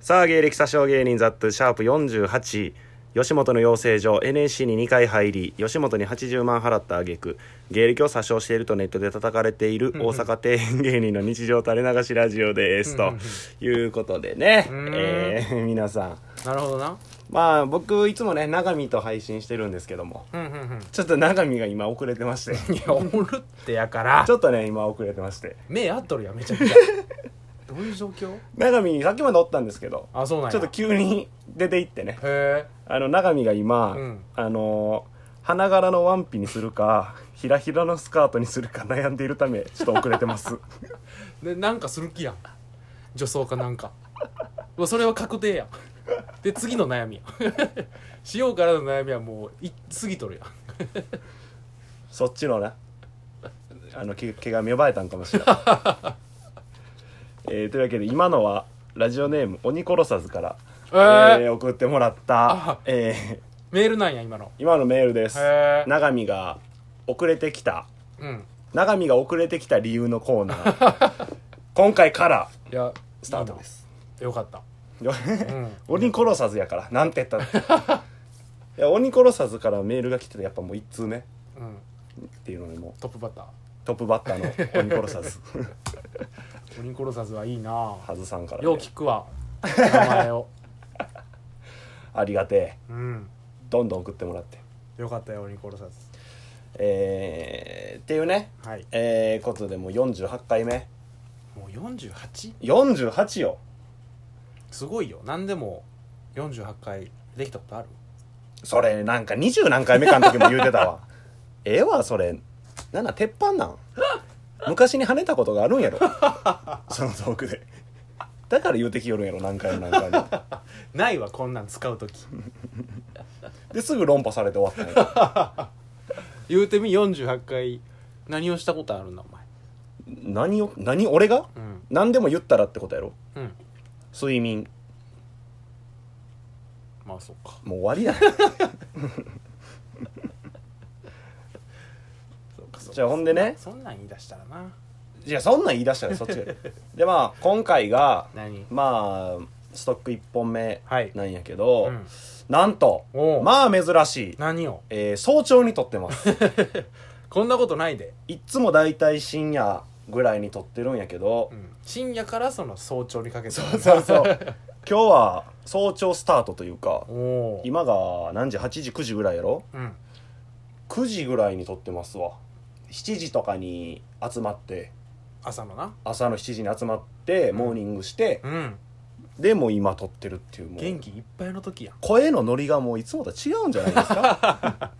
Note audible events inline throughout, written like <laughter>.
さあ芸歴詐称芸人ザットシャープ48吉本の養成所 NSC に2回入り吉本に80万払った挙句芸歴を詐称しているとネットで叩かれている大阪底辺芸人の日常垂れ流しラジオですということでね、んえー皆さんなるほどなまあ僕いつもね永見と配信してるんですけどもうんうんちょっと永見が今遅れてましてうんいやおるってやからちょっとね今遅れてまして目合っとるやんめちゃくちゃ <laughs> どういう状況永見さっきまでおったんですけどあそうなんやちょっと急に出て行ってねへあの永見が今、うんあの花柄のワンピにするかひらひらのスカートにするか <laughs> 悩んでいるためちょっと遅れてます <laughs> えでなんかする気やん女装かなんかもうそれは確定やんで次の悩み <laughs> やしようからの悩みはもうい過ぎとるやんそっちのねあの毛毛が芽生えたんかも <laughs> しれない、えーというわけで今のはラジオネーム「鬼殺さず」から、えーえー送ってもらっあた、<laughs> えーメールなんや今の今のメールですへー永見が遅れてきたうん永見が遅れてきた理由のコーナー <laughs> 今回からいやスタートですいいなよかったようん鬼殺さずやからなんて言ったの <laughs> いや鬼殺さずからメールが来てたやっぱもう一通目っうんていうのにもトップバッターうトップバッターの鬼殺さず鬼殺さずはいいなはずさん <laughs> からね、よう聞くわ名前をありがてえうんどんどん送ってもらってよかったよ鬼殺さずえー、っていうねはいえー、ことでもう48回目もう 48? 48よすごいよ何でも48回できたことあるそれなんか20何回目かの時も言うてた <laughs> わええわそれなんなん鉄板なん昔に跳ねたことがあるんやろそのトークでだから言うてきよるんやろ何回も何回もないわこんなん使う時ですぐ論破されて終わったんや言うてみ48回何をしたことあるんだお前 <laughs> 何を何俺がうん何でも言ったらってことやろうん睡眠まあそうかもう終わりやそうかそうかじゃあほんでねそんなん言い出したらないやそんなん <laughs> 言い出したらそっちがいいでまあ今回が何まあストック1本目はいなんやけど、うんなんとおうまあ珍しい、何をえー早朝に撮ってます <laughs> こんなことないで、いっつも大体深夜ぐらいに撮ってるんやけど、うん、深夜からその早朝にかけて <laughs> そうそうそう今日は早朝スタートというかお <laughs> お今が何時8時9時ぐらいやろうん9時ぐらいに撮ってますわ7時とかに集まって朝のな朝の7時に集まってモーニングして、うんでもう今撮ってるっていうもう元気いっぱいの時やん声のノリがもういつもとは違うんじゃないです <laughs> か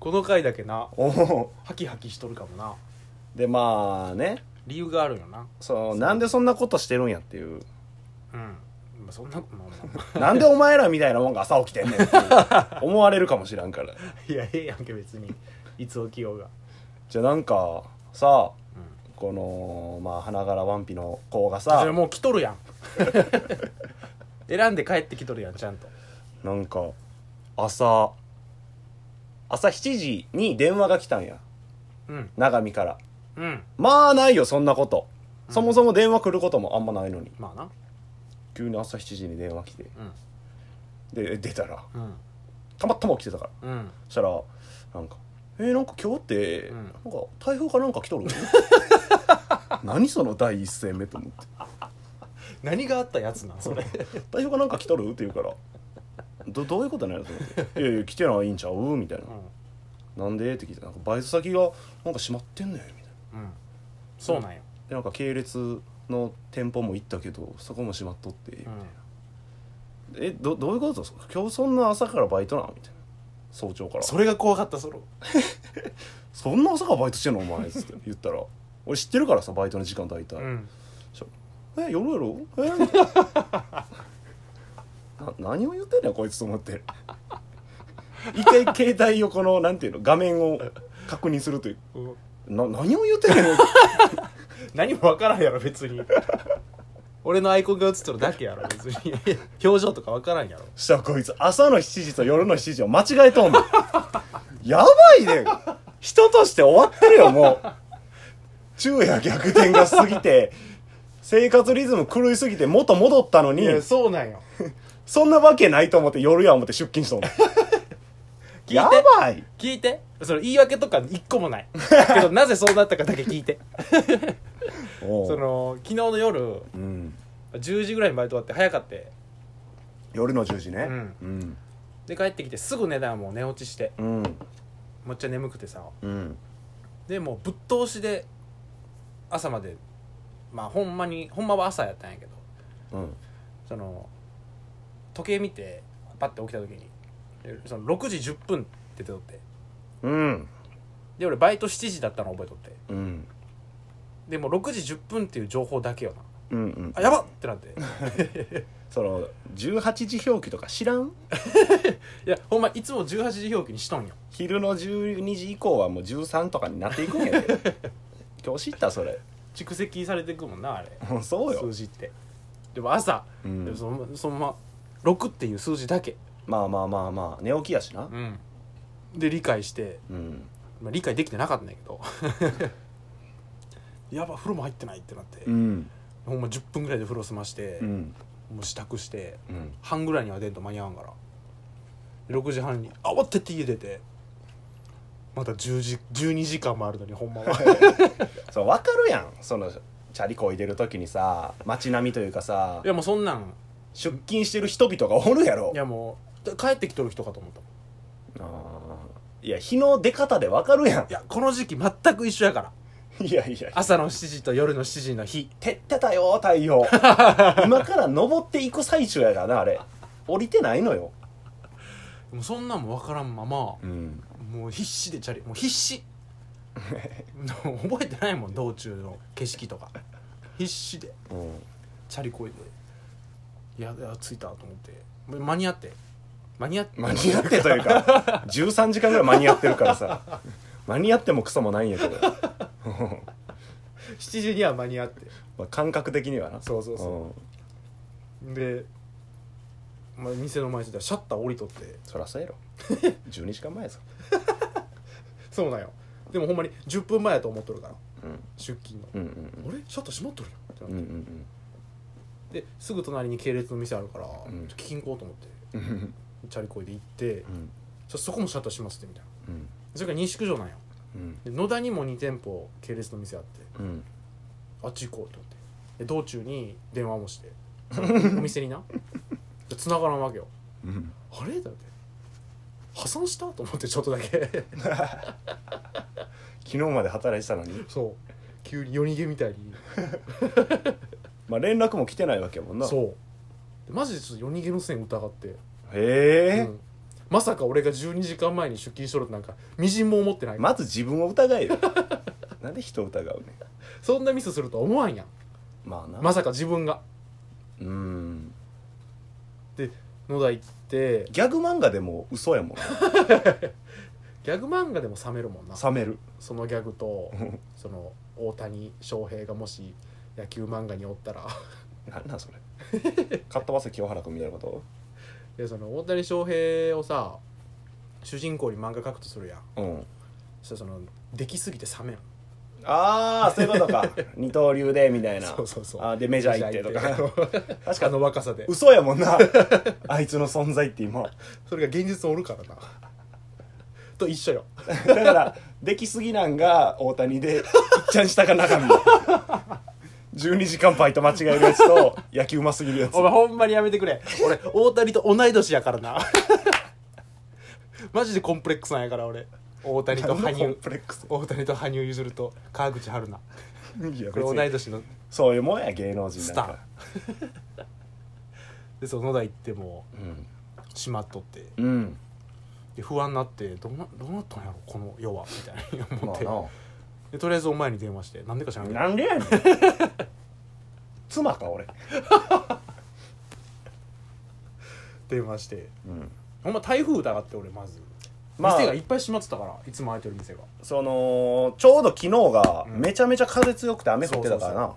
この回だけなおおハキハキしとるかもなでまあね理由があるよなそうなんでそんなことしてるんやっていううんまあそんなまあまあまあなんでお前らみたいなもんが朝起きてんねん <laughs> っていう思われるかもしらんからいやええやんけ別にいつ起きよ <laughs> うがじゃあなんかさうんこのまあ花柄ワンピの子がそれさもう来とるやん <laughs> 選んで帰ってきとるやんちゃんとなんか朝朝7時に電話が来たんやうん長見からうんまあないよそんなことそもそも電話来ることもあんまないのに、まあな急に朝7時に電話来てうんで出たらうんたまたま来てたからうんそしたらなんか「えー、なんか今日って、うんなんか台風かなんか来と <laughs> る何その第一声目と思って何があったやつなんそれ「台風かなんか来とる?」って言うから「どどういうことなの?」と思って「いやいや来てないんちゃう?」みたいなう「なんで?」って聞いてなんかバイト先がなんか閉まってんねん」みたいなんうんそうなんよでなんか系列の店舗も行ったけどそこも閉まっとって、うんえどどういうことですか今日そんな朝からバイトなのみたいな早朝からそれが怖かったそのそんな朝からバイトしてんのお前」っつって言った <laughs> ら「俺知ってるからさバイトの時間大体、うんえ夜やろえ <laughs> な何を言ってんねんこいつと思 <laughs> って一回携帯をこのなんていうの画面を確認するといううんな何を言ってんねん何も分からんやろ別に <laughs> 俺のアイコンが映っとるだけやろ別 <laughs> に表情とか分からんやろしたらこいつ朝の7時と夜の7時を間違えとんの <laughs> やばいね人として終わってるよもう昼夜逆転が過ぎて生活リズム狂いすぎて元戻ったのいにやそうなんよそんなわけないと思って夜や思って出勤しとんの聞いてやばい聞いてその言い訳とか一個もないけどなぜそうなったかだけ聞い <laughs> ておうその昨日の夜うん、 10時ぐらいにバイト終わって早かって夜の10時ねうんで帰ってきてすぐ値段もう寝落ちしてうんもっちゃ眠くてさうんでもうぶっ通しで朝までまあほんまにほんまは朝やったんやけうどんその時計見てパッて起きた時にでその6時10分って出てとってうんで俺バイト7時だったの覚えとってうんでもう6時10分っていう情報だけよなうんうんあやばっってなってその18時表記とか知らんいやほんまいつも18時表記にしとんよ昼の12時以降はもう13とかになっていくんや <laughs> で今日知ったそれ蓄積されていくもんなあれうんそうよ数字ってでも朝、うんでもそのそのまま6っていう数字だけ、まあまあまあまあ寝起きやしなうん、で理解して、うんまあ、理解できてなかったんだけ <laughs> どやば風呂も入ってないってなって、んほんま10分ぐらいで風呂済まして、うんもう支度してうん半ぐらいには出んと間に合わんからで6時半に慌てて家出てまた10時12時間もあるのにほん <laughs> まはそう分かるやんそのチャリこいでる時にさ街並みというかさいやもうそんなん出勤してる人々がおるやろいやもう帰ってきとる人かと思ったもんあーいや日の出方で分かるやんいやこの時期全く一緒やからいやいや朝の7時と夜の7時の日照ってたよ太 <laughs> 陽今から登っていく最中やからなあれ降りてないのよもうそんなんも分からんままうんもう必死でチャリもう必 <laughs> 死もう覚えてないもん道中の景色とか必死でチャリこいでいやいや着いたと思って間に合って間に合って間に合ってという <laughs> か13時間ぐらい間に合ってるからさ間に合ってもクソもないんやけど、 7時には間に合ってまあ、感覚的にはなそうそうそううんで、まあ、店の前に着いたらシャッター降りとってそらそうやろ12時間前やぞそうなんよでもほんまに10分前やと思っとるからうん出勤の、うんうんあれシャッター閉まっとるよってなっうんてうんうんですぐ隣に系列の店あるから、ん聞きに行こうと思ってうんうんチャリこいで行ってうんちょそこもシャッターしますってみたいなうんそれから西九条なんようんで野田にも2店舗系列の店あってうんあっち行こうと思ってで道中に電話もして <laughs> そのお店になで繋がらんわけようんあれだって破産したと思ってちょっとだけ昨日まで働いてたのに、 <laughs> そう急に夜逃げみたいにまあ、連絡も来てないわけやもんなそうでマジでちょっと夜逃げの線疑って、うへえ、んまさか俺が12時間前に出勤しとるってなんかみじんも思ってないまず自分を疑えよなんで人を疑うねんそんなミスするとは思わんやんまあなまさか自分がうん野田行ってギャグ漫画でも嘘やもんなギャグ漫画でも冷めるもんな冷めるそのギャグとその大谷翔平がもし野球漫画におったら <laughs> なんなんそれかっ飛ばせ清原君みたいなこでその大谷翔平をさ主人公に漫画描くとするやんとうんそしたらそのできすぎて冷めんああそういうことか <laughs> 二刀流でみたいなそうそうそうあーでメジャー行ってとメジャーか行って確あかの若さで <laughs> 嘘やもんな <laughs> あいつの存在って今 <laughs> それが現実おるからな <laughs> と一 <laughs> 緒よだからできすぎなんが大谷でいっちゃん下が中身 <laughs> 12時間バイト間違えるやつと野球うますぎるやつお前ほんまにやめてくれ俺大谷と同い年やからな <laughs> マジでコンプレックスなんやから俺大谷と羽何のコン生プレックス大谷と羽生結弦と川口春奈いやこれ別同にい年のそういうもんや芸能人なんスか <laughs> でその野田行ってもうん閉まっとってうんで不安になってどうなどうなったんやろこの世はみたいな思まっあて、でとりあえずお前に電話してなんでか知らんけどななんでやねん <laughs> 妻か俺電話してうんほんま台風疑って俺まず、まあ店がいっぱい閉まってたからいつも空いてる店がそのちょうど昨日がうんめちゃめちゃ風強くて雨降ってたからな、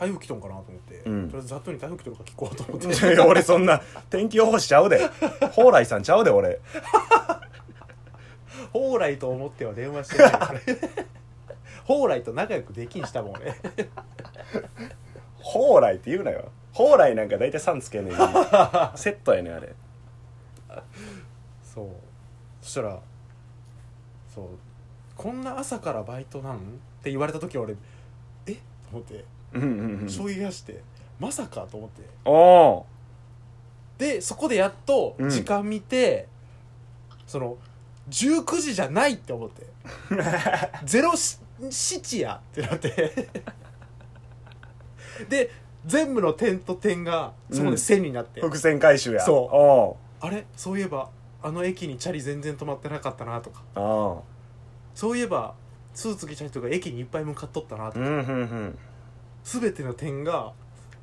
台風来とんかなと思って、うんとりあえずざっとに台風来とるか聞こうと思って <laughs> いや俺そんな天気予報しちゃうで蓬莱さんちゃうで俺蓬莱と思っては電話 <laughs> <laughs> してないから蓬莱と仲良くできんしたもん俺蓬莱って言うなよ蓬莱なんか大体さんつ <laughs> けんねんセットやねんあれそうそしたらそうこんな朝からバイトなんって言われた時俺えと思ってうんうんうん衝撃がして、まさかと思っておでそこでやっとうん時間見て、その19時じゃないって思 <laughs> って「ゼロし七や」ってなってで全部の点と点がそこうんで線になって、ー伏線回収やそうおあれそういえばあの駅にチャリ全然止まってなかったなとかーおそういえばスーツ着た人が駅にいっぱい向かっとったなとーうか、んうんうん全ての点が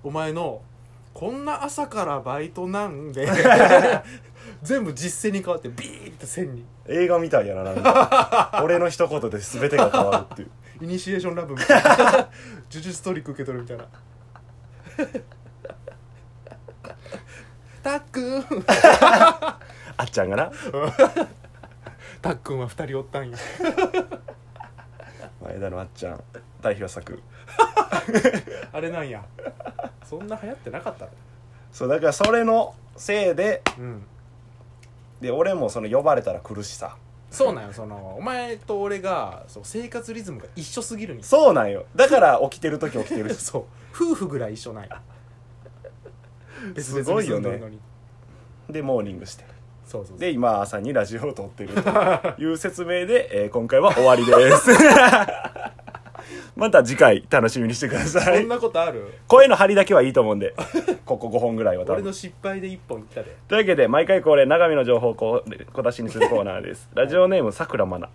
お前の「こんな朝からバイトなん <laughs> で」全部実践に変わってビーって線に映画みたいやななんか <laughs> 俺の一言で全てが変わるっていうイニシエーションラブみたい <laughs> な呪術トリック受け取るみたいなたっくんあっちゃんがなたっくんは2人おったんや前田のあっちゃん代表作あれなんやそんな流行ってなかったろそうだからそれのせいでうんで俺もその呼ばれたら苦しさそうなんよそのお前と俺がそう生活リズムが一緒すぎるにそうなんよだから起きてる時起きてるし <laughs> <laughs> そう夫婦ぐらい一緒ない別々にすごいよね住んでるのにでモーニングしてそうそうそうで今朝にラジオを撮ってると <laughs> いう説明で、えー今回は終わりです <laughs> また次回楽しみにしてくださそいんなことある声の張りだけはいいと思うんでここ5本ぐらいは多俺分の失敗で一本いったでというわけで毎回恒例長見の情報をこう小出しにするコーナーですラジオネームさくらまな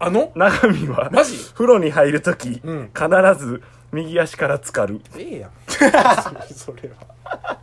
あの長見はマジ風呂に入る時、うん必ず右足から浸かるええやん <laughs> それは